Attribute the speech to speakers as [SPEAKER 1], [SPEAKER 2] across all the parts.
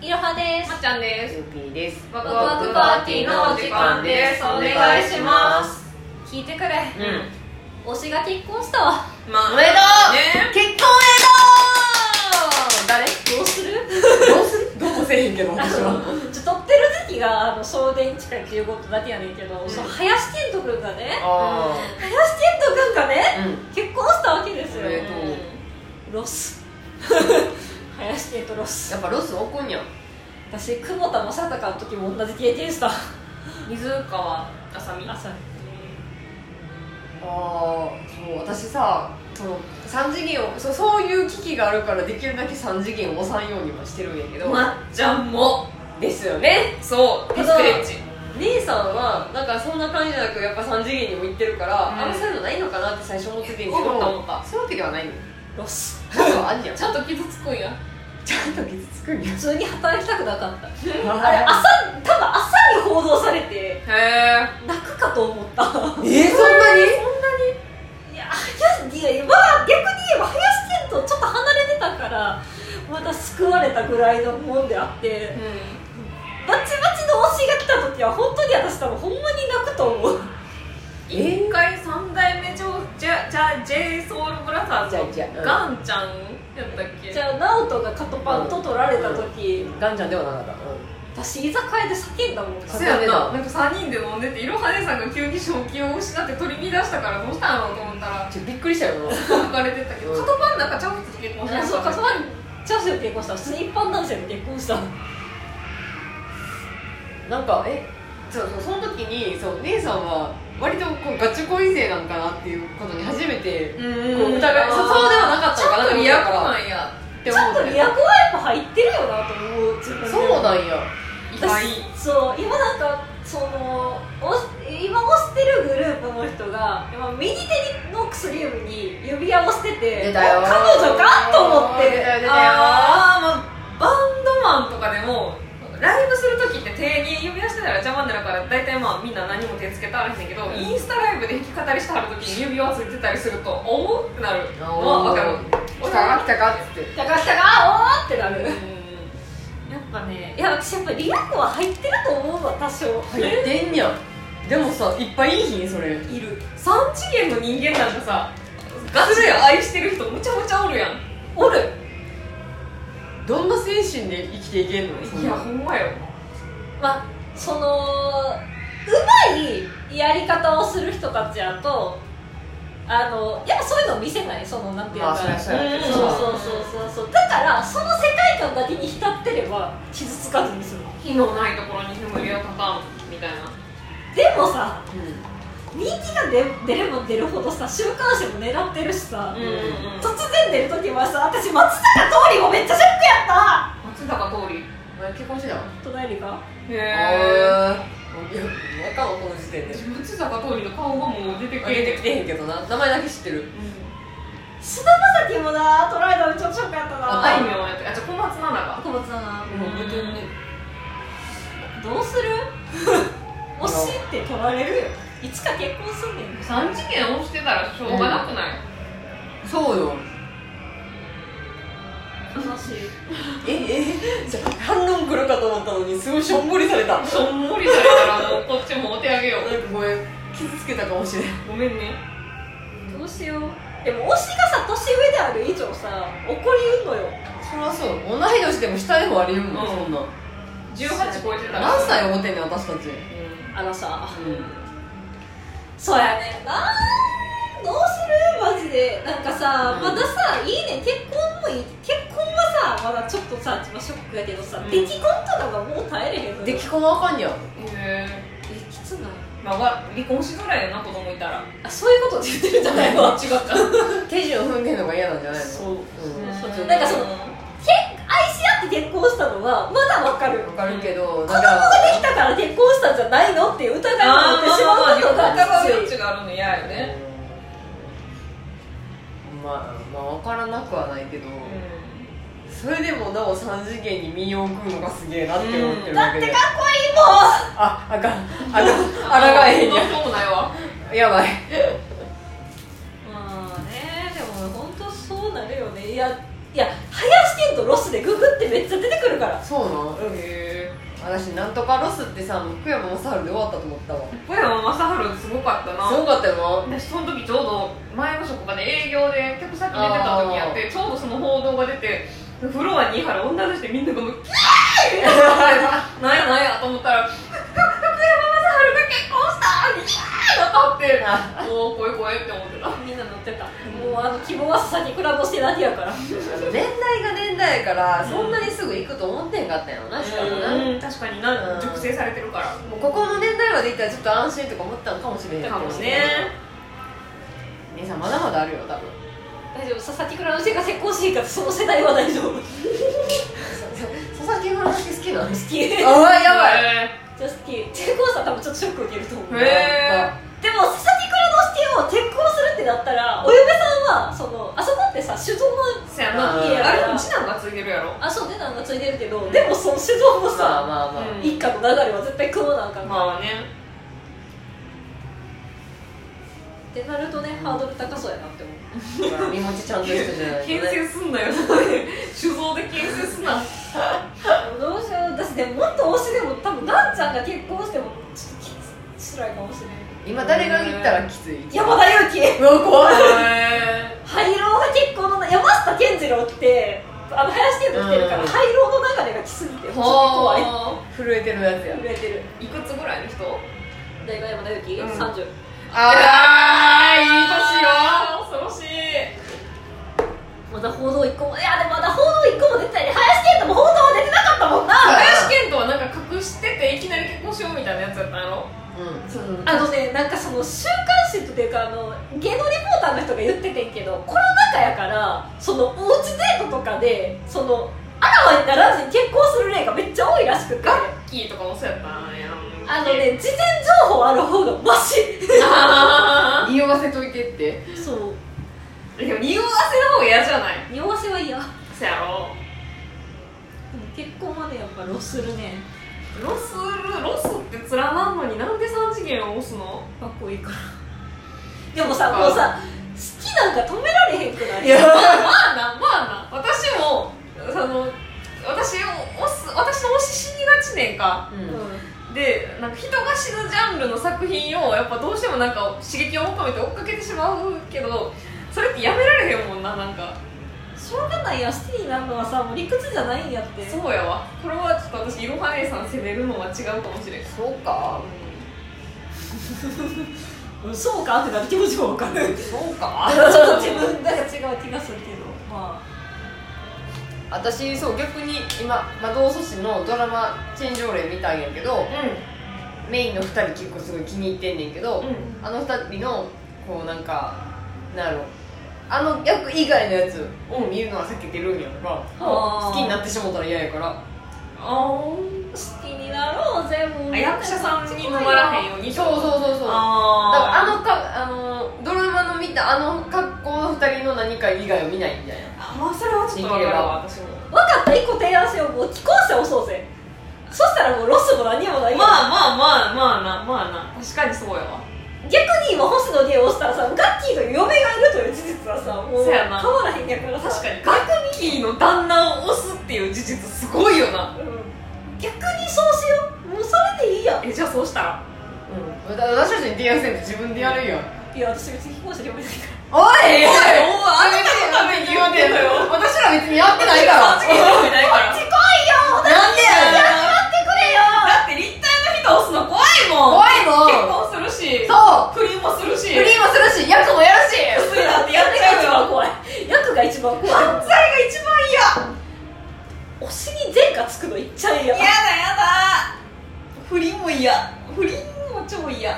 [SPEAKER 1] いろはです
[SPEAKER 2] まっちゃんで
[SPEAKER 3] ゆ
[SPEAKER 2] す
[SPEAKER 3] うぴーです
[SPEAKER 2] ワ
[SPEAKER 1] ク
[SPEAKER 2] ク
[SPEAKER 1] ワ
[SPEAKER 2] ワ
[SPEAKER 1] ク
[SPEAKER 2] ク
[SPEAKER 1] パ
[SPEAKER 2] パ
[SPEAKER 1] ーテ
[SPEAKER 2] ーテ
[SPEAKER 1] ィ
[SPEAKER 2] ィ
[SPEAKER 1] ー
[SPEAKER 2] ー
[SPEAKER 1] の
[SPEAKER 2] の
[SPEAKER 1] お
[SPEAKER 2] お
[SPEAKER 1] 時
[SPEAKER 2] 時
[SPEAKER 1] 間
[SPEAKER 2] 間
[SPEAKER 1] で
[SPEAKER 2] ですす
[SPEAKER 1] お
[SPEAKER 2] お
[SPEAKER 1] 願
[SPEAKER 2] 願
[SPEAKER 1] い
[SPEAKER 2] い
[SPEAKER 1] し
[SPEAKER 2] し
[SPEAKER 1] ま
[SPEAKER 2] ます
[SPEAKER 1] 聞いてくれ、
[SPEAKER 3] うん
[SPEAKER 1] 推しが結婚したわ
[SPEAKER 2] まあ
[SPEAKER 3] おめでとう
[SPEAKER 2] ね
[SPEAKER 3] 結婚
[SPEAKER 1] 誰どうする
[SPEAKER 3] おめでとうどうするどうもせえ へんけど
[SPEAKER 1] あ
[SPEAKER 3] 私は
[SPEAKER 1] のちょ撮ってる時期があの送電地下15度だけやねんけど、
[SPEAKER 2] ん
[SPEAKER 1] その林健人君がね
[SPEAKER 3] あ
[SPEAKER 1] 林健人君がね、
[SPEAKER 3] ーうん
[SPEAKER 1] 結婚したわけですよ、
[SPEAKER 3] おめでとう
[SPEAKER 1] ロス 林健人ロス
[SPEAKER 3] やっぱロス怒んやん
[SPEAKER 1] 私久保田正孝の時も同じ経験した
[SPEAKER 2] 水川あさみ
[SPEAKER 1] 朝
[SPEAKER 3] ああそう私さその3次元をそうそういう危機があるからできるだけ3次元を押さんようにはしてるんやけど、
[SPEAKER 2] まっちゃんも
[SPEAKER 3] ですよね
[SPEAKER 2] そう
[SPEAKER 3] た
[SPEAKER 2] ピ
[SPEAKER 3] だ
[SPEAKER 2] スレッチ
[SPEAKER 3] 姉さんはなんかそんな感じじゃなくやっぱ3次元にも行ってるから、
[SPEAKER 2] うん
[SPEAKER 3] あんまそういうのないのかなって最初思っててんけど
[SPEAKER 2] 思った思った
[SPEAKER 3] そういうわけではないの よ
[SPEAKER 1] ロス
[SPEAKER 3] なんかあんじゃ んち
[SPEAKER 2] ちゃんと傷つくんや
[SPEAKER 3] ゃんと傷つくんや
[SPEAKER 1] 普通に働きたくなかったあ
[SPEAKER 3] あ
[SPEAKER 1] れ朝多分朝に報道されて
[SPEAKER 2] へえ
[SPEAKER 1] 泣くかと思ったい
[SPEAKER 3] えー、そんなに
[SPEAKER 1] や林いやまあ逆に言えば林健とちょっと離れてたからまだ救われたぐらいのもんであって、
[SPEAKER 2] う
[SPEAKER 1] バチバチの推しが来た時は本当に私多分ほんまに泣くと思う
[SPEAKER 3] え
[SPEAKER 2] ん一回三代目ジョジャジャ J ソウルブラザーズ
[SPEAKER 3] じゃあじゃあ
[SPEAKER 2] のガンちゃんやったっけ
[SPEAKER 1] じゃあ直人がカトパンと取られた時
[SPEAKER 3] ガンちゃんではなかった、うん
[SPEAKER 1] 私居酒屋で叫んだもん
[SPEAKER 3] そ
[SPEAKER 2] そうう
[SPEAKER 3] や
[SPEAKER 2] や
[SPEAKER 3] んな
[SPEAKER 2] ななんか3人で飲んでていろは姉さんが急に賞金を失って取り乱したからどうしたのと思ったら
[SPEAKER 3] ちょびっくりしたよな
[SPEAKER 2] 書かれてたけど
[SPEAKER 3] うん
[SPEAKER 2] カトパンなんかちゃうって結婚して
[SPEAKER 1] あ
[SPEAKER 2] な
[SPEAKER 1] そう
[SPEAKER 2] か
[SPEAKER 1] か
[SPEAKER 2] った
[SPEAKER 1] そうかチャンスで結婚した普通に一般男性で結婚した
[SPEAKER 3] なんかえそうそうその時にそう姉さんは割とこうガチ恋勢なんかなっていうことに初めて、
[SPEAKER 2] うん
[SPEAKER 3] こう疑いそうそうではなかった
[SPEAKER 2] ち
[SPEAKER 3] のか
[SPEAKER 2] ょ
[SPEAKER 3] な
[SPEAKER 2] っと
[SPEAKER 3] って
[SPEAKER 2] リア
[SPEAKER 3] 思っ
[SPEAKER 2] ク
[SPEAKER 3] たから
[SPEAKER 2] なんや
[SPEAKER 3] って
[SPEAKER 1] ち
[SPEAKER 3] 思
[SPEAKER 1] ゃ
[SPEAKER 3] うんた
[SPEAKER 1] と
[SPEAKER 3] よ
[SPEAKER 1] リアクはやっぱ入ってるよなと思う自分でも
[SPEAKER 3] そうなんや
[SPEAKER 2] 意外
[SPEAKER 1] 私そう今なんかそのお今押してるグループの人が今右手の薬指に指輪をしてて
[SPEAKER 3] 出たよ
[SPEAKER 1] お彼女かと思っ
[SPEAKER 3] 出
[SPEAKER 1] て
[SPEAKER 3] たよ出たよ
[SPEAKER 2] あー、まあ、バンドマンとかでもライブする時って手に指輪してたら邪魔になるから大体まあみんな何も手つけたらへんねんけど、
[SPEAKER 1] うん
[SPEAKER 2] インスタライブで弾き語りしてはる時に指輪ついてたりするとおおってなる
[SPEAKER 3] あ
[SPEAKER 2] のは分かる
[SPEAKER 3] 来たか来たかっつって
[SPEAKER 1] たかしたかおーってなる
[SPEAKER 2] うんやっぱね
[SPEAKER 1] いや私やっぱリアクは入ってると思うわ多少
[SPEAKER 3] 入ってんやんでもさいっぱいいいひんそれ
[SPEAKER 1] いる
[SPEAKER 2] 三次元の人間なんかさガチで愛してる人むちゃむちゃおるやん
[SPEAKER 1] おる
[SPEAKER 3] どんな精神で生きていけんのそん
[SPEAKER 2] い
[SPEAKER 3] な
[SPEAKER 2] やほんまよ
[SPEAKER 1] まあそのうまいやり方をする人たちやとあのやっぱそういうの見せないそのなんていうの
[SPEAKER 3] まあ
[SPEAKER 1] か
[SPEAKER 3] そり
[SPEAKER 1] な
[SPEAKER 3] ゃそうやけ
[SPEAKER 1] そう
[SPEAKER 3] ど
[SPEAKER 1] そう
[SPEAKER 3] さ
[SPEAKER 1] そうそうそうだからその世界観だけに浸ってれば傷つかずに済む
[SPEAKER 2] 火のないところに煙をたたんみたいな
[SPEAKER 1] でもさ
[SPEAKER 3] うん
[SPEAKER 1] 人気が出出れば出るほどさ週刊誌も狙ってるしさ、
[SPEAKER 2] うんうんうん
[SPEAKER 1] 突然出る時はさ私松坂桃李もめっちゃショックやった
[SPEAKER 2] 松坂桃李へ
[SPEAKER 3] お前結婚してたの
[SPEAKER 1] 隣が
[SPEAKER 2] え
[SPEAKER 3] あーいや分かんのこの時点で
[SPEAKER 2] 松坂桃李の顔がもう出てくれて
[SPEAKER 3] 出てきてへんけどな名前だけ知ってる
[SPEAKER 1] 菅田将暉もな捉えたのちょっとショックやった
[SPEAKER 2] あ
[SPEAKER 1] な
[SPEAKER 2] あいみょんやったあじゃあ小松菜奈が
[SPEAKER 1] 小松だな
[SPEAKER 3] もう無敵に
[SPEAKER 1] どうす る推しって取られるよいつか結婚すんねん
[SPEAKER 2] 三次元をしてたらしょうがなくない、
[SPEAKER 3] そうよ
[SPEAKER 1] 悲しい
[SPEAKER 3] ええじゃあ反論来るかと思ったのにすごいしょんぼりされたなん
[SPEAKER 2] しょんぼりされたらもうこっちもお手上げよう
[SPEAKER 3] かごめん傷つけたかもしれん
[SPEAKER 2] ごめんね
[SPEAKER 1] どうしようでも推しがさ年上である以上さ怒りうのよ
[SPEAKER 3] そりゃそう同い年でも下い方ありうもん、
[SPEAKER 2] うん
[SPEAKER 3] そんな
[SPEAKER 2] 18超えてたら
[SPEAKER 3] 何歳思ってんねん私たち
[SPEAKER 2] うん
[SPEAKER 1] あのさ
[SPEAKER 3] う
[SPEAKER 1] そうやねんなどうするマジでなんかさ
[SPEAKER 3] うん
[SPEAKER 1] まださいいねん結婚もいい結婚はさまだちょっとさまあショックやけどさ、
[SPEAKER 2] うん
[SPEAKER 1] 出来婚とかがもう耐えれへんのよ
[SPEAKER 3] んできこもあかんやん
[SPEAKER 2] へ
[SPEAKER 1] えきつない
[SPEAKER 2] えまあわ離婚しづらいよな子供いたら
[SPEAKER 1] あそういうことって言ってるんじゃないわ
[SPEAKER 2] 違った
[SPEAKER 3] 手順を踏んでんのが嫌なんじゃないの
[SPEAKER 1] そう
[SPEAKER 3] うん
[SPEAKER 1] そうそうなんかそのけ愛し合って結婚したのはまだわかるよ
[SPEAKER 3] わかるけ
[SPEAKER 1] 子供
[SPEAKER 3] ど、なん
[SPEAKER 1] が
[SPEAKER 3] か
[SPEAKER 1] できたから結婚したんじゃないのっていう疑い
[SPEAKER 2] あーまあまあ
[SPEAKER 1] が持っ
[SPEAKER 2] まあ
[SPEAKER 1] てしまうことが
[SPEAKER 2] 両
[SPEAKER 1] きつい
[SPEAKER 2] 親があるの嫌よね、
[SPEAKER 3] うんまあまあ分からなくはないけど、それでもなお三次元に身を置くのがすげえなって思ってる
[SPEAKER 1] だ
[SPEAKER 3] だ
[SPEAKER 1] っ
[SPEAKER 3] け
[SPEAKER 1] て
[SPEAKER 3] で、
[SPEAKER 1] かっ
[SPEAKER 3] あ
[SPEAKER 1] こいいもん
[SPEAKER 3] あかんあかんあらがえへん
[SPEAKER 2] どう
[SPEAKER 3] や
[SPEAKER 2] しようもないわ
[SPEAKER 3] やばい
[SPEAKER 1] まあねでも本当そうなるよねいやいや林健人とロスでググってめっちゃ出てくるから
[SPEAKER 3] そうなん
[SPEAKER 1] うん
[SPEAKER 2] へ
[SPEAKER 3] 私なんとかロスってさ福山雅治で終わったと思ったわ
[SPEAKER 2] え小山雅治すごかったな
[SPEAKER 3] すごかったよな
[SPEAKER 2] 私その時ちょうど前の職場で営業で客先寝てた時やってちょうどその報道が出てフロアに原女としてみんながもうキャーってなんやなんやと思った ら「福山雅治が結婚した!」にキャーってなったっておおこえこえって思ってた
[SPEAKER 1] みんな乗ってたもうあの希望はさにコラボして何やから
[SPEAKER 3] 年代が年代やからそんなにすぐ行くと思ってんかったよなしかもな、も
[SPEAKER 2] うん確かにな熟成されてるから
[SPEAKER 3] うここの年代まで行ったらちょっと安心とか思ったのかもしれへんけど
[SPEAKER 2] かもね
[SPEAKER 3] 姉さんまだまだあるよ 多分
[SPEAKER 1] 大丈夫佐々木蔵之介が結婚していいからその世代は大丈夫好
[SPEAKER 3] 佐々木村好 きなの
[SPEAKER 1] きじゃ
[SPEAKER 3] ああやばい
[SPEAKER 2] い
[SPEAKER 1] あ好き結婚したら多分ちょっとショック受けると思う
[SPEAKER 2] へえ
[SPEAKER 1] でも佐々木蔵之介を結婚するってなったらお嫁さんはそのあそこってさ酒造の
[SPEAKER 2] そやな
[SPEAKER 3] うん
[SPEAKER 2] あれうちなんかついてるやろ
[SPEAKER 1] あそう値段がついてるけどでもその酒造も
[SPEAKER 3] まあ
[SPEAKER 1] さ、
[SPEAKER 3] まあまあ、
[SPEAKER 2] うん
[SPEAKER 1] 一家の流れは絶対黒なんかな、
[SPEAKER 2] まあね
[SPEAKER 1] ってなるとねハードル高そうやなって思う
[SPEAKER 3] 身持ちちゃんとしてじゃないとね
[SPEAKER 2] 建設すんなよそこで 酒造で建設すな
[SPEAKER 1] どうしよう私ねもっと推しでも多分ガンちゃんが結婚してもちょっときつ辛いかもしれない
[SPEAKER 3] 今誰が行ったらきつい
[SPEAKER 1] 山田裕貴
[SPEAKER 3] うわ怖い
[SPEAKER 2] へ
[SPEAKER 1] 廃炉が結構の山下健二郎ってあの林健人来てるから
[SPEAKER 3] うん
[SPEAKER 1] 廃炉の流れが来すぎて本当に怖い
[SPEAKER 2] は
[SPEAKER 3] 震えてるやつや
[SPEAKER 1] 震えてる
[SPEAKER 2] いくつぐらいの人
[SPEAKER 1] 大学山田裕貴、
[SPEAKER 2] うん
[SPEAKER 1] 30
[SPEAKER 3] あ
[SPEAKER 2] いい年よ恐ろしい
[SPEAKER 1] まだ報道一個もいやでもまだ報道一個も出てない林健人も報道は出てなかったもんな
[SPEAKER 2] 林遣都はなんか隠してていきなり結婚しようみたいなやつやったんやろ
[SPEAKER 3] うんそうそう
[SPEAKER 1] あのねなんかその週刊誌というかあの芸能リポーターの人が言っててんけどコロナ禍やからそのおうちデートとかでそのあらわにならずに結婚する例がめっちゃ多いらしくてあ
[SPEAKER 2] キーとかもそうやったんやん
[SPEAKER 1] のね事前情報ある方がマシ
[SPEAKER 2] あ
[SPEAKER 3] 匂わせといてって
[SPEAKER 1] そう
[SPEAKER 2] ーでも匂わせの方が嫌じゃない
[SPEAKER 1] 匂わせは嫌
[SPEAKER 2] そやろ
[SPEAKER 1] 結婚までやっぱロスするね
[SPEAKER 2] ロスロスって連なんのになんで三次元を押すの
[SPEAKER 1] かっこいいからでもさ
[SPEAKER 2] そっか
[SPEAKER 1] もうさ好きなんか止められへんくない
[SPEAKER 3] いや
[SPEAKER 2] まあなまあな私もその私を押す私の押し死にがちねんか
[SPEAKER 3] う
[SPEAKER 1] うん
[SPEAKER 3] ん
[SPEAKER 2] でなんか人が死ぬジャンルの作品をやっぱどうしてもなんか刺激を求めて追っかけてしまうけどそれってやめられへんもんななんか
[SPEAKER 1] しょうがないや好きになるのはさもう理屈じゃないんやって
[SPEAKER 2] そうやわこれはちょっと私いろは姉さん責めるのは違うかもしれん
[SPEAKER 3] そうか
[SPEAKER 1] うんそうかってなる気持ちも分かる
[SPEAKER 3] そう
[SPEAKER 1] ち
[SPEAKER 3] か
[SPEAKER 1] ょっと自分だが違う気がするけど、ま
[SPEAKER 3] 私そう逆に今魔道祖師のドラマ「陳情令」見たんやけど
[SPEAKER 2] う
[SPEAKER 3] メインの2人結構すごい気に入ってんねんけど、
[SPEAKER 2] んうん
[SPEAKER 3] あの2人のこうなんかなんやろあの役以外のやつを見るのは避けてるんやんか
[SPEAKER 1] あー
[SPEAKER 3] 好きになってしもたら嫌やから
[SPEAKER 2] あ
[SPEAKER 1] あ、好きになろう全部
[SPEAKER 2] あ役者さんに飲まらへんように
[SPEAKER 3] そうそう
[SPEAKER 2] う
[SPEAKER 3] そうそうだから
[SPEAKER 2] あ
[SPEAKER 3] あのかあのドラマの見たあの格好の2人の何か以外を見ないみたいな
[SPEAKER 2] ーあまあそれはちょっとわかるわ私も
[SPEAKER 1] 分かった一個提案しようもう既婚者をそうぜそしたらもうロスも何もないよ、
[SPEAKER 2] まあまあまあまあなまあな確かにそうやわ
[SPEAKER 1] 逆に今星野芸をしたらさガッキーという嫁がいるという事実はさもう変
[SPEAKER 2] そうやな
[SPEAKER 1] わらへんやからさ
[SPEAKER 2] 確かにガクキーの旦那を押すっていう事実すごいよ
[SPEAKER 1] う
[SPEAKER 2] な
[SPEAKER 1] ん逆にそうしようもうそれでいいやん
[SPEAKER 2] えじゃあそうしたら
[SPEAKER 3] うんだ私たちに提案せんと自分でやるよ
[SPEAKER 1] いや私別に既婚者で嫁ないから
[SPEAKER 3] おいお
[SPEAKER 2] おい
[SPEAKER 3] いあ
[SPEAKER 2] あなたのために言うてんのよ
[SPEAKER 3] 私ら別にやってないから
[SPEAKER 2] 次の人いない
[SPEAKER 1] こ
[SPEAKER 2] から
[SPEAKER 1] っち来いよ
[SPEAKER 3] なんでやねん
[SPEAKER 1] やってくれよ
[SPEAKER 2] だって立体の人押すの怖いもん
[SPEAKER 3] 怖いもん
[SPEAKER 2] 結婚するし
[SPEAKER 3] そ
[SPEAKER 2] 不倫もするし
[SPEAKER 3] う不倫もするし役もやるし
[SPEAKER 2] 不倫だってやっち
[SPEAKER 1] 役が一
[SPEAKER 2] ゃう
[SPEAKER 1] 番怖
[SPEAKER 2] よ
[SPEAKER 1] い役が一番怖い
[SPEAKER 2] 犯罪が一番
[SPEAKER 1] 推しに前科つくのいっちゃえや
[SPEAKER 2] 嫌嫌だ嫌だ不倫も嫌不倫も超嫌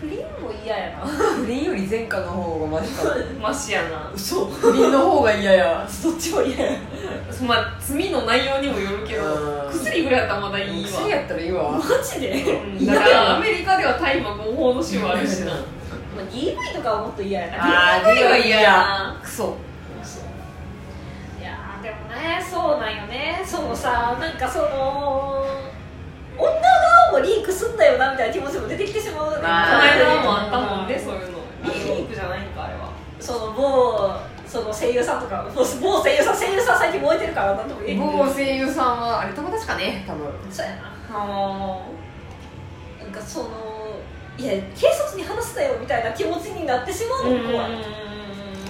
[SPEAKER 1] 不倫も嫌やな
[SPEAKER 3] 不倫より前科の方がマジか
[SPEAKER 2] マシやな
[SPEAKER 1] 嘘ど
[SPEAKER 3] 不倫の方が嫌や
[SPEAKER 1] っちも嫌や
[SPEAKER 2] まあ罪の内容にもよるけ
[SPEAKER 3] う
[SPEAKER 2] ど
[SPEAKER 3] ん
[SPEAKER 2] 薬ぐらいやったらまだいいわ
[SPEAKER 3] 薬やったらいいわ
[SPEAKER 1] マジで
[SPEAKER 2] うん
[SPEAKER 1] 嫌
[SPEAKER 2] だ
[SPEAKER 1] や
[SPEAKER 2] からア
[SPEAKER 1] な
[SPEAKER 2] メリカでは大麻合法の種もあるしな
[SPEAKER 1] まあ DV とかはもっと嫌やな
[SPEAKER 3] あー
[SPEAKER 2] DV は嫌やな
[SPEAKER 3] クソ
[SPEAKER 1] いやーでもねそうなんよねそのさなんかその女側もリンクすんだよなみたいな気持ちも出てきてしまうね
[SPEAKER 2] この
[SPEAKER 3] まあ
[SPEAKER 2] 間もあったもんねそういうの
[SPEAKER 1] うん
[SPEAKER 2] リークじゃないんかあれは
[SPEAKER 1] その某その声優さんとかもう某声優さん声優さん最近燃えてるからなんとも言えへんけど
[SPEAKER 3] 某声優さんはあれ友達かね多分
[SPEAKER 1] そうやな
[SPEAKER 2] あ
[SPEAKER 1] なんかそのいや軽率に話すなよみたいな気持ちになってしまうのも怖い、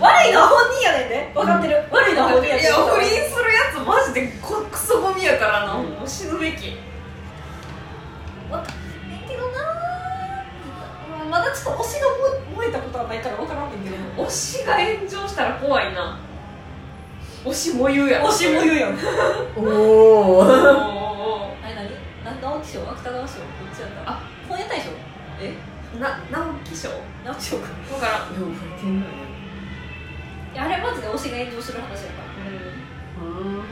[SPEAKER 1] 悪いのは本人やねんね分かってる、悪いのは本人やねん
[SPEAKER 2] いや不倫するやつマジでこクソゴミやからな、
[SPEAKER 3] うん
[SPEAKER 2] もう死ぬべき
[SPEAKER 1] わかんないけどなぁまだちょっと推しが燃え燃えたことはないから分からんねんけど
[SPEAKER 2] 推しが炎上したら怖いな推しも言うやん
[SPEAKER 1] 推しも言うやん
[SPEAKER 3] お
[SPEAKER 2] お
[SPEAKER 3] お
[SPEAKER 2] ー
[SPEAKER 1] あれ何何直木賞芥川賞どっちやった
[SPEAKER 2] あ
[SPEAKER 1] 本屋大賞え
[SPEAKER 2] な直木賞わ
[SPEAKER 1] 直木賞か
[SPEAKER 2] からん
[SPEAKER 3] よう触れてんのよ
[SPEAKER 1] いやあれマジで推しが炎上する話やからうん、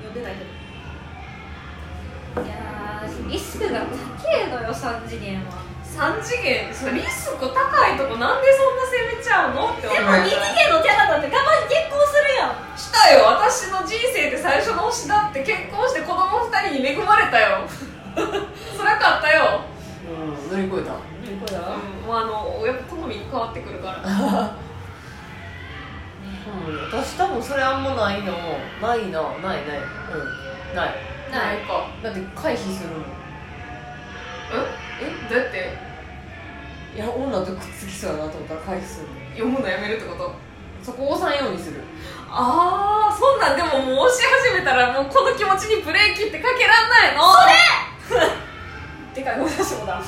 [SPEAKER 1] 読んでないけどいやーリスクが高えのよ3次元は
[SPEAKER 2] 三次元それリスク高いとこなんでそんな責めちゃうのって
[SPEAKER 1] で
[SPEAKER 2] 思う
[SPEAKER 1] も2次元のキャラだってたまに結婚するやん
[SPEAKER 2] したよ私の人生で最初の推しだって結婚して子供二人に恵まれた よ辛かったよ、
[SPEAKER 3] うん乗り越えた
[SPEAKER 1] これだ
[SPEAKER 2] うん、もうあのやっぱ好み変わってくるから
[SPEAKER 3] うん私多分それあんまないのないなないないうんない
[SPEAKER 1] ない
[SPEAKER 2] んか
[SPEAKER 3] だって回避するもん
[SPEAKER 2] ええどうやって
[SPEAKER 3] いや女とくっつきそうだなと思ったら回避するもん
[SPEAKER 2] 読むのやめるってこと
[SPEAKER 3] そこを押さんようにする
[SPEAKER 2] ああそんなんでももう押し始めたらもうこの気持ちにブレーキってかけらんないのそれ
[SPEAKER 1] でかい私もだ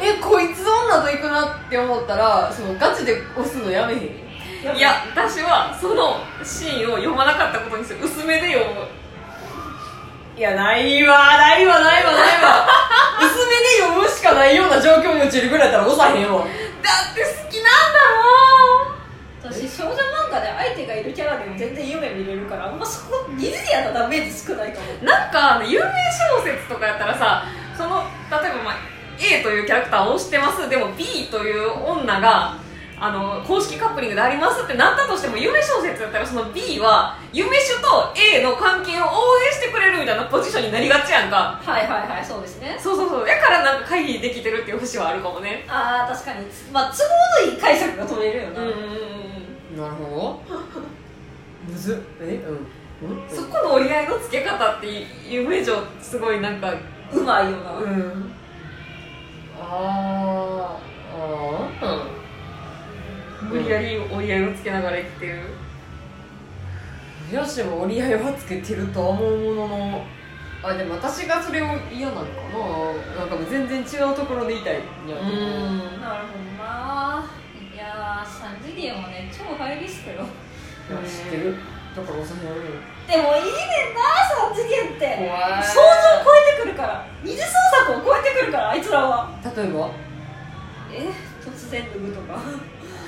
[SPEAKER 3] えこいつ女と行くなって思ったらそのガチで押すのやめへん
[SPEAKER 2] いや私はそのシーンを読まなかったことにする薄めで読む
[SPEAKER 3] いやないわないわないわない わ薄めで読むしかないような状況に陥るぐらいだったら押さへんわ
[SPEAKER 2] だって好きなんだもん
[SPEAKER 1] 私少女漫画で相手がいるキャラでも全然夢見れるからあんまそこ二次元のダメージ少ないかも
[SPEAKER 2] なんかあの有名小説とかやったらさその例えば、まあ、A というキャラクターを推してますでも B という女があの公式カップリングでありますってなったとしても有名小説やったらその B は夢主と A の関係を応援してくれるみたいなポジションになりがちやんか
[SPEAKER 1] はいはいはいそうですね
[SPEAKER 2] そうそうそうやからなんか回避できてるっていう節はあるかもね
[SPEAKER 1] ああ確かにまあ都合のいい解釈が取れるよな、
[SPEAKER 2] うんうんうん
[SPEAKER 3] なるほど むずっえうんうん
[SPEAKER 2] そこの折り合いのつけ方っていう以上すごいなんか
[SPEAKER 1] うまいよな、
[SPEAKER 3] うんあーあー
[SPEAKER 2] 無理やり折り合いをつけながら生きてる
[SPEAKER 3] うんよしも折り合いはつけてるとは思うもののあでも私がそれを嫌なのかななんかもう全然違うところで言いたいんやけど
[SPEAKER 1] なるほどないやー3次元はね超ハイリスクよ
[SPEAKER 3] いや知ってるだからおさへんよ
[SPEAKER 1] でもいいねんな3次元って
[SPEAKER 3] 怖い
[SPEAKER 1] 想像を超えてくるから二次創作を超えてくるからあいつらは
[SPEAKER 3] 例えば
[SPEAKER 1] え突然脱ぐとか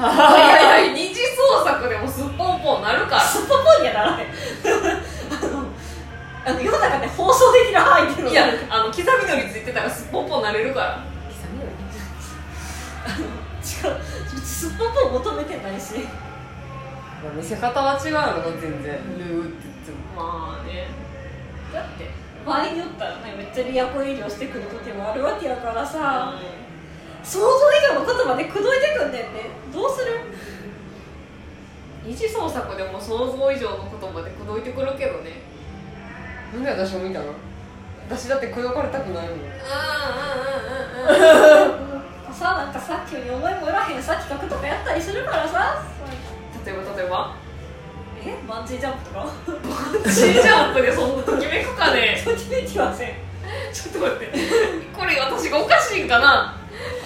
[SPEAKER 2] いやいや二次創作でもすっぽんぽんなるから
[SPEAKER 1] すっぽんぽんにはならへん あのあの世の中で放送できる範囲っていうの
[SPEAKER 2] い
[SPEAKER 1] が
[SPEAKER 2] やあの刻みのりついてたらすっぽんぽんなれるから
[SPEAKER 1] 違う別にすっぽんぽん求めてないし
[SPEAKER 3] まあ見せ方は違うのかな全然ルーって言っても
[SPEAKER 2] まあね
[SPEAKER 1] だって場合によったらねめっちゃリアコ営業してくる時もあるわけやからさ、想像以上の言葉で口説いてくんだよねどうする
[SPEAKER 2] 二次創作でも想像以上の言葉で口説いてくるけどね
[SPEAKER 3] なんで私を見たの私だって口説かれたくないもん
[SPEAKER 2] うんうんうんうんうん
[SPEAKER 1] さなんかさっきより思いもよらへんさ企画とかやったりするからさ
[SPEAKER 2] 例えば例えば
[SPEAKER 1] えバンジージャンプとか
[SPEAKER 2] シージャンプでそんなときめくかね
[SPEAKER 1] ときめきません
[SPEAKER 2] ちょっと待ってこれ私がおかしいんかな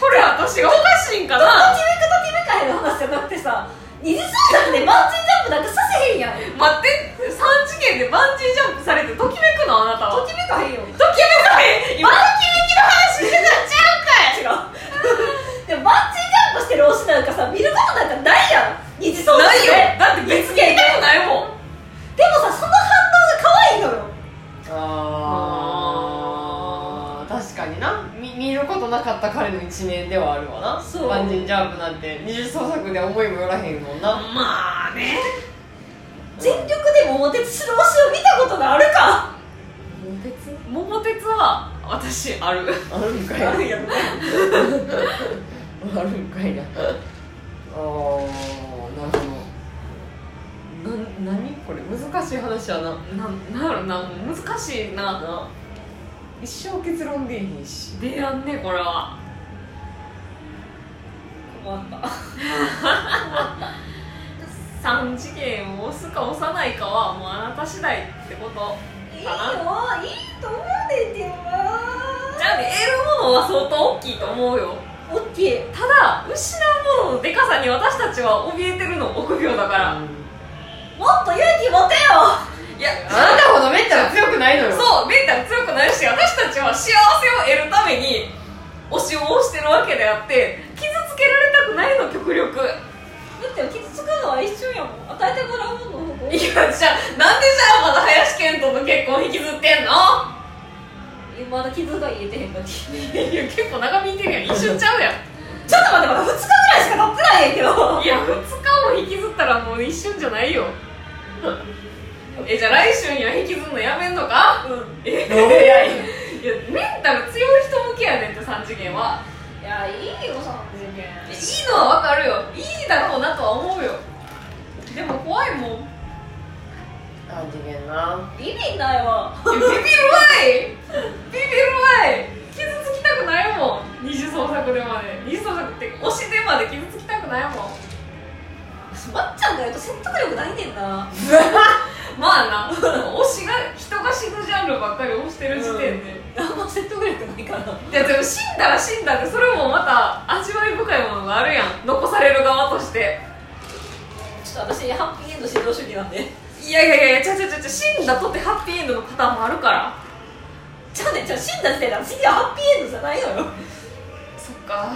[SPEAKER 2] これ私がおかしいんかな
[SPEAKER 1] ときめくときめかへんの話じゃなくてさ二次創作でバンジージャンプなんかさせへんやんと
[SPEAKER 2] 待って3次元でバンジージャンプされてときめくのあなたは
[SPEAKER 1] きめかへんよ
[SPEAKER 2] ときめかへん今ときめきの話してたんちゃうんかい
[SPEAKER 1] 違うでもバンジージャンプしてる推しなんかさ見ることなんかないやん二次創作
[SPEAKER 2] ないよ
[SPEAKER 1] で
[SPEAKER 2] だって別に言いたくないもん
[SPEAKER 1] でもさその反応が可愛いのよ
[SPEAKER 3] あー確かにな見見ることなかった彼の一面ではあるわな
[SPEAKER 1] そう
[SPEAKER 3] バンジージャンプなんて二次創作で思いもよらへんもんな
[SPEAKER 2] まあね
[SPEAKER 1] 全力で桃鉄する推しを見たことがあるか
[SPEAKER 3] 別に
[SPEAKER 2] 桃鉄は私ある
[SPEAKER 3] あるんかい
[SPEAKER 1] あるやん
[SPEAKER 3] あるんかいなあーなるほど難しい話はなななんやろなもう
[SPEAKER 2] 難しいな
[SPEAKER 3] 一生結論出えへんし
[SPEAKER 2] 出やんねこれは
[SPEAKER 1] 困った
[SPEAKER 2] 3次元を押すか押さないかはもうあなた次第ってこと
[SPEAKER 1] いいよいいと思うねんけどな
[SPEAKER 2] じゃあ得るものは相当大きいと思うよ
[SPEAKER 1] オッケ
[SPEAKER 2] ただ失うもののでかさに私たちは怯えてるの臆病だから、
[SPEAKER 3] うん
[SPEAKER 1] ーもっと勇気持てよ
[SPEAKER 2] いや
[SPEAKER 3] あなたほどメンタル強くないのよ
[SPEAKER 2] そうメンタル強くなるし私たちは幸せを得るために推しを推してるわけであって傷つけられたくないの極力
[SPEAKER 1] だって傷つくのは一瞬やもん与えてもらうものの方
[SPEAKER 2] いやじゃあなんでじゃあまだ林遣都の結婚引きずってんの
[SPEAKER 1] まだ傷が癒えてへんのにちょっ
[SPEAKER 2] いや結構長引いてるやん一瞬ちゃうやん
[SPEAKER 1] と待ってまだ2日ぐらいしか経ってないんやけど
[SPEAKER 2] いや2日も引きずったらもう一瞬じゃないよえじゃあ来週には引きずるのやめんのか
[SPEAKER 1] うん
[SPEAKER 2] え
[SPEAKER 3] どう
[SPEAKER 2] いや
[SPEAKER 3] や
[SPEAKER 2] い
[SPEAKER 3] い
[SPEAKER 2] メンタル強い人向けやねんって3次元はい
[SPEAKER 1] やいいよ3次元
[SPEAKER 2] いいのはわかるよいいだろうなとは思うよでも怖いもんい
[SPEAKER 3] 三次元な
[SPEAKER 1] ビビんなよ
[SPEAKER 2] やビビるわいビビるわい傷つきたくないもん二次創作でまで二次創作って推しでまで傷つきたくないもん
[SPEAKER 1] まっちゃんが言うと説得力ないねんな
[SPEAKER 2] まあな推しが人が死ぬジャンルばっかり推してる時点で、
[SPEAKER 1] あんま説得力ないから
[SPEAKER 2] いやでも死んだら死んだってそれもまた味わい深いものがあるやん残される側として
[SPEAKER 1] ちょっと私ハッピーエンド至上主義なんで
[SPEAKER 2] いやいやいやいやちゃうちゃうちゃう死んだとってハッピーエンドのパターンもあるから
[SPEAKER 1] じゃあねじゃあ死んだ時点で次はハッピーエンドじゃないのよ
[SPEAKER 2] そっか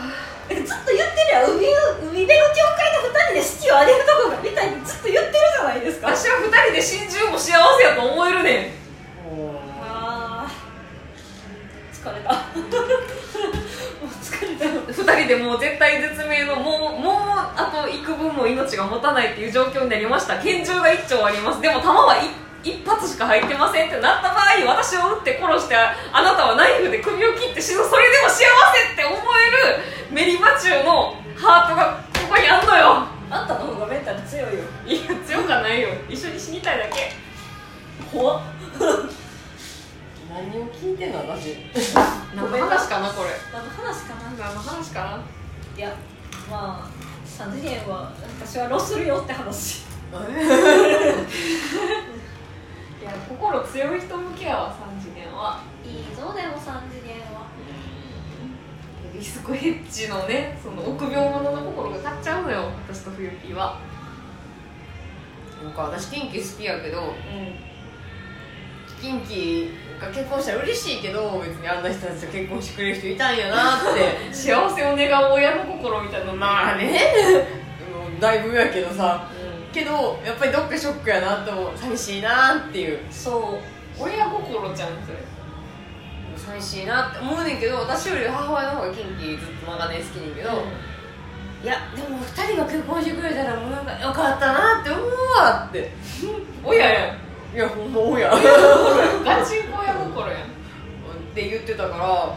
[SPEAKER 1] ずっと言ってるやん海の海辺の教会の2人で式を挙げるとこがみたいにずっと言ってるじゃないですか
[SPEAKER 2] 私は二人で心中も幸せやと思えるね
[SPEAKER 1] あー疲れた もう疲れた
[SPEAKER 2] ん二人でもう絶対絶命のもうもうあと幾分も命が持たないっていう状況になりました拳銃が一丁ありますでも弾は一一発しか入ってませんってなった場合私を撃って殺してあなたはナイフで首を切って死ぬそれでも幸せって思えるメリマチューのハートがここにあんのよ
[SPEAKER 1] あんたの方がメンタル強いよ
[SPEAKER 2] いや強くはないよ一緒に死にたいだけ
[SPEAKER 1] 怖っ
[SPEAKER 3] 何を聞いてんの私
[SPEAKER 2] 何の話かなこれ
[SPEAKER 1] 何の話かな
[SPEAKER 2] 何の話かない
[SPEAKER 1] やまあ3次元は私はロスするよって 話
[SPEAKER 2] いや心強い人向けやわ3次元はい
[SPEAKER 1] いぞでも3次元は
[SPEAKER 2] すごいヘッチのねその臆病者の心が勝っちゃうのよ私と冬ピーは
[SPEAKER 3] なんか私キンキ好きやけど
[SPEAKER 1] うん
[SPEAKER 3] キンキが結婚したら嬉しいけど別にあんな人たちと結婚してくれる人いたんやな って
[SPEAKER 2] 幸せを願う親の心みたいな
[SPEAKER 3] まあねもうだいぶやけどさ
[SPEAKER 2] う
[SPEAKER 3] けどやっぱりどっかショックやなって思う寂しいなっていう
[SPEAKER 1] そ
[SPEAKER 2] ん親心ちゃんそれ
[SPEAKER 3] 寂しいなって思うねんけど私より母親の方がキンキずっと長年好きねんけど、いやでも2人が結婚してくれたらもうなんかよかったなって思うわって
[SPEAKER 2] 親やん
[SPEAKER 3] いやほんま親
[SPEAKER 2] ガチ親心やん
[SPEAKER 3] って言ってたからやっ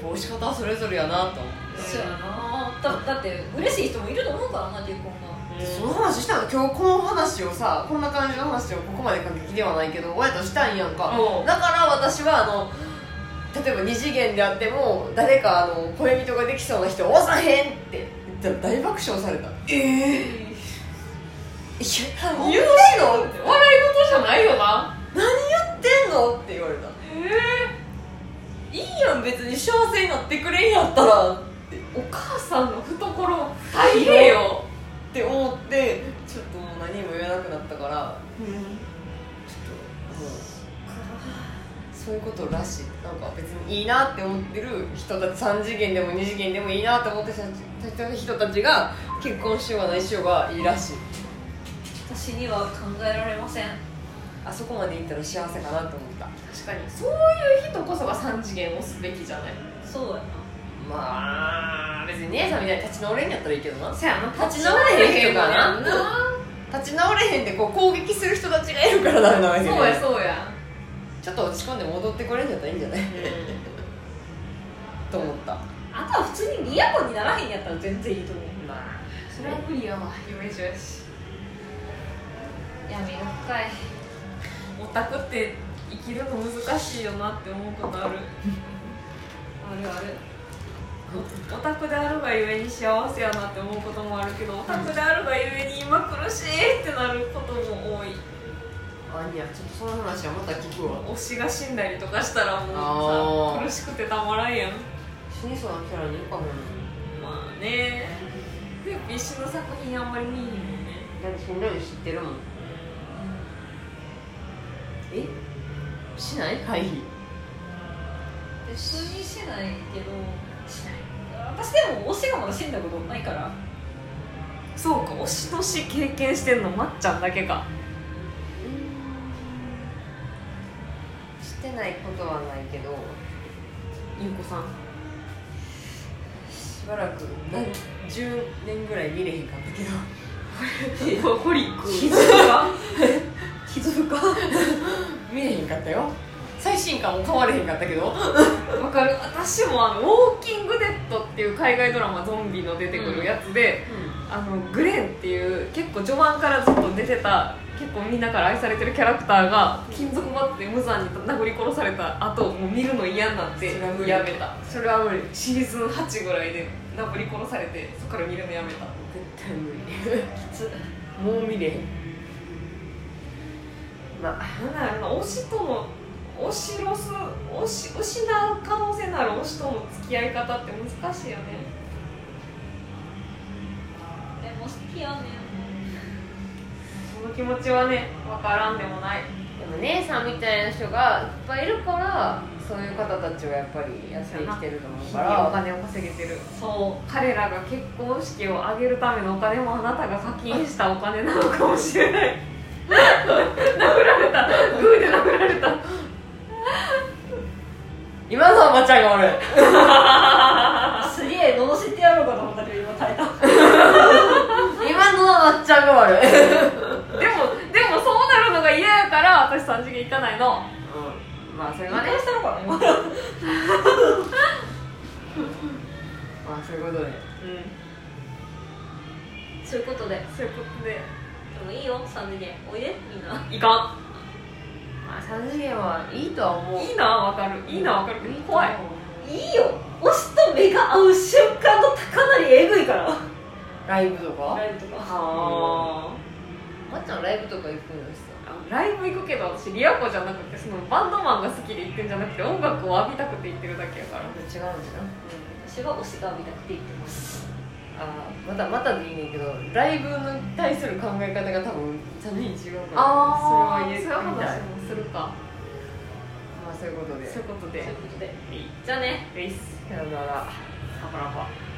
[SPEAKER 3] ぱ押し方はそれぞれやなと思
[SPEAKER 1] うそうやなだだって嬉しい人もいると思うからな結婚が
[SPEAKER 3] ってその話したの今日この話をさこんな感じの話をここまで過激ではないけど親としたんやんか
[SPEAKER 2] うん
[SPEAKER 3] だから私はあの例えば二次元であっても誰かあの恋人ができそうな人を押さへんって言ったら大爆笑されたええ
[SPEAKER 2] 言う
[SPEAKER 3] いやてんの
[SPEAKER 2] 笑い事じゃないよな
[SPEAKER 3] 何言ってんのって言われた
[SPEAKER 2] え
[SPEAKER 3] いいやん別に幸せになってくれんやったらっ
[SPEAKER 2] ー、お母さんの懐大変よ
[SPEAKER 3] て思ってちょっともう何も言えなくなったからちょっともうそういうことらしいなんか別にいいなって思ってる人たち3次元でも2次元でもいいなって思ってた人たちが結婚しようがないしようがいいらしい
[SPEAKER 1] 私には考えられません
[SPEAKER 3] あそこまでいったら幸せかなと思った
[SPEAKER 2] 確かにそういう人こそが3次元をすべきじゃない
[SPEAKER 1] そうや
[SPEAKER 3] まあ別に姉さんみたいに立ち直れんやったらいいけどな
[SPEAKER 2] そやな
[SPEAKER 3] 立ち直れへん人かな
[SPEAKER 2] 立ち直れへんもんやな
[SPEAKER 3] 立ち直れへんってこう攻撃する人たちがいるからダメなわけで
[SPEAKER 2] そうやそうや
[SPEAKER 3] ちょっと落ち込んで戻ってこれんやったらいいんじゃないと思った
[SPEAKER 1] なあとは普通に都にならへんやったら全然いいと思う
[SPEAKER 3] まあ
[SPEAKER 2] それは無理やわ夢中やし
[SPEAKER 1] 闇が深い
[SPEAKER 2] オタクって生きるの難しいよなって思うことあるあるあるオタクであるがゆえに幸せやなって思うこともあるけどオタクであるがゆえに今苦しいってなることも多い
[SPEAKER 3] あいやちょっとその話はまた聞くわ
[SPEAKER 2] 推しが死んだりとかしたらも
[SPEAKER 3] あ
[SPEAKER 2] う
[SPEAKER 3] ー
[SPEAKER 2] さ苦しくてたまらんやん
[SPEAKER 3] 死にそうなキャラにいるかもな
[SPEAKER 2] まあねでも一緒の作品あんまり見えへんよね
[SPEAKER 3] だって死んだの知ってるもんえしない会議
[SPEAKER 1] 普通にしないけどしない私でも推しがまだ死んだことないから
[SPEAKER 2] そうか推しとし経験してんのまっちゃんだけか
[SPEAKER 3] してないことはないけど
[SPEAKER 2] ゆうこさん
[SPEAKER 3] しばらく何10年ぐらい見れへんかったけど
[SPEAKER 2] ホリック
[SPEAKER 1] 傷が傷深
[SPEAKER 3] 見れへんかったよ最新刊も変われへんかったけど
[SPEAKER 2] わかる私もあの「ウォーキング・デッド」っていう海外ドラマゾンビの出てくるやつで、あのグレンっていう結構序盤からずっと出てた結構みんなから愛されてるキャラクターが金属バットで無残に殴り殺された後もう見るの嫌になって
[SPEAKER 3] それは無理
[SPEAKER 2] やめたそれは無理シーズン8ぐらいで殴り殺されてそこから見るのやめた
[SPEAKER 3] 絶対無理きつもう見れへんまあ
[SPEAKER 2] なんだろうな推しとの推しロス推し失う可能性のある推しとの付き合い方って難しいよね
[SPEAKER 1] でも好きやね
[SPEAKER 2] その気持ちはね分からんでもない
[SPEAKER 3] でも姉さんみたいな人がいっぱいいるからそういう方たちはやっぱり安い生きてると思う
[SPEAKER 2] 日
[SPEAKER 3] か
[SPEAKER 2] 々お
[SPEAKER 3] ら
[SPEAKER 2] 金を稼げてる
[SPEAKER 1] そ
[SPEAKER 2] 彼らが結婚式を挙げるためのお金もあなたが課金したお金なのかもしれない殴られたグーで殴られた
[SPEAKER 3] 今のはまちゃんが悪いう
[SPEAKER 1] すげえ罵ってやろうかと思ったけど今耐えた
[SPEAKER 3] 今のはまっちゃんが 悪い、
[SPEAKER 2] でもでもそうなるのが嫌やから私三次元行かないの
[SPEAKER 3] まあそれ
[SPEAKER 1] 真
[SPEAKER 3] はね
[SPEAKER 1] 似したのかな
[SPEAKER 3] まあそういうことで
[SPEAKER 2] うん
[SPEAKER 1] そういうことで
[SPEAKER 2] そういうことで
[SPEAKER 1] でもいいよ3次元おいでみんない
[SPEAKER 2] か
[SPEAKER 3] まあ3次元はいいとは思うん
[SPEAKER 2] いいなわかるいいなわかるけど怖い
[SPEAKER 1] いいよ推しと目が合う瞬間の高なりえぐいから
[SPEAKER 3] ライブとか
[SPEAKER 1] ライブとか
[SPEAKER 2] あ
[SPEAKER 3] まっちゃんライブとか行くのさ
[SPEAKER 2] ーライブ行くけど私リアコじゃなくてそのバンドマンが好きで行ってんじゃなくて音楽を浴びたくて行ってるだけやから
[SPEAKER 3] また違うんじゃな
[SPEAKER 1] 私は推しが見たくて言ってます
[SPEAKER 3] あーまたまたでいいねんけどライブに対する考え方が多分3人違うから
[SPEAKER 2] ああ
[SPEAKER 3] それは言え
[SPEAKER 2] そういう
[SPEAKER 3] みた
[SPEAKER 2] 話
[SPEAKER 3] い
[SPEAKER 2] もするか
[SPEAKER 3] まあそういうことで
[SPEAKER 2] そういうこと
[SPEAKER 1] とい
[SPEAKER 2] で
[SPEAKER 1] うことで
[SPEAKER 2] いい
[SPEAKER 1] じゃあね
[SPEAKER 2] レイス
[SPEAKER 3] さよなら
[SPEAKER 2] パパラパ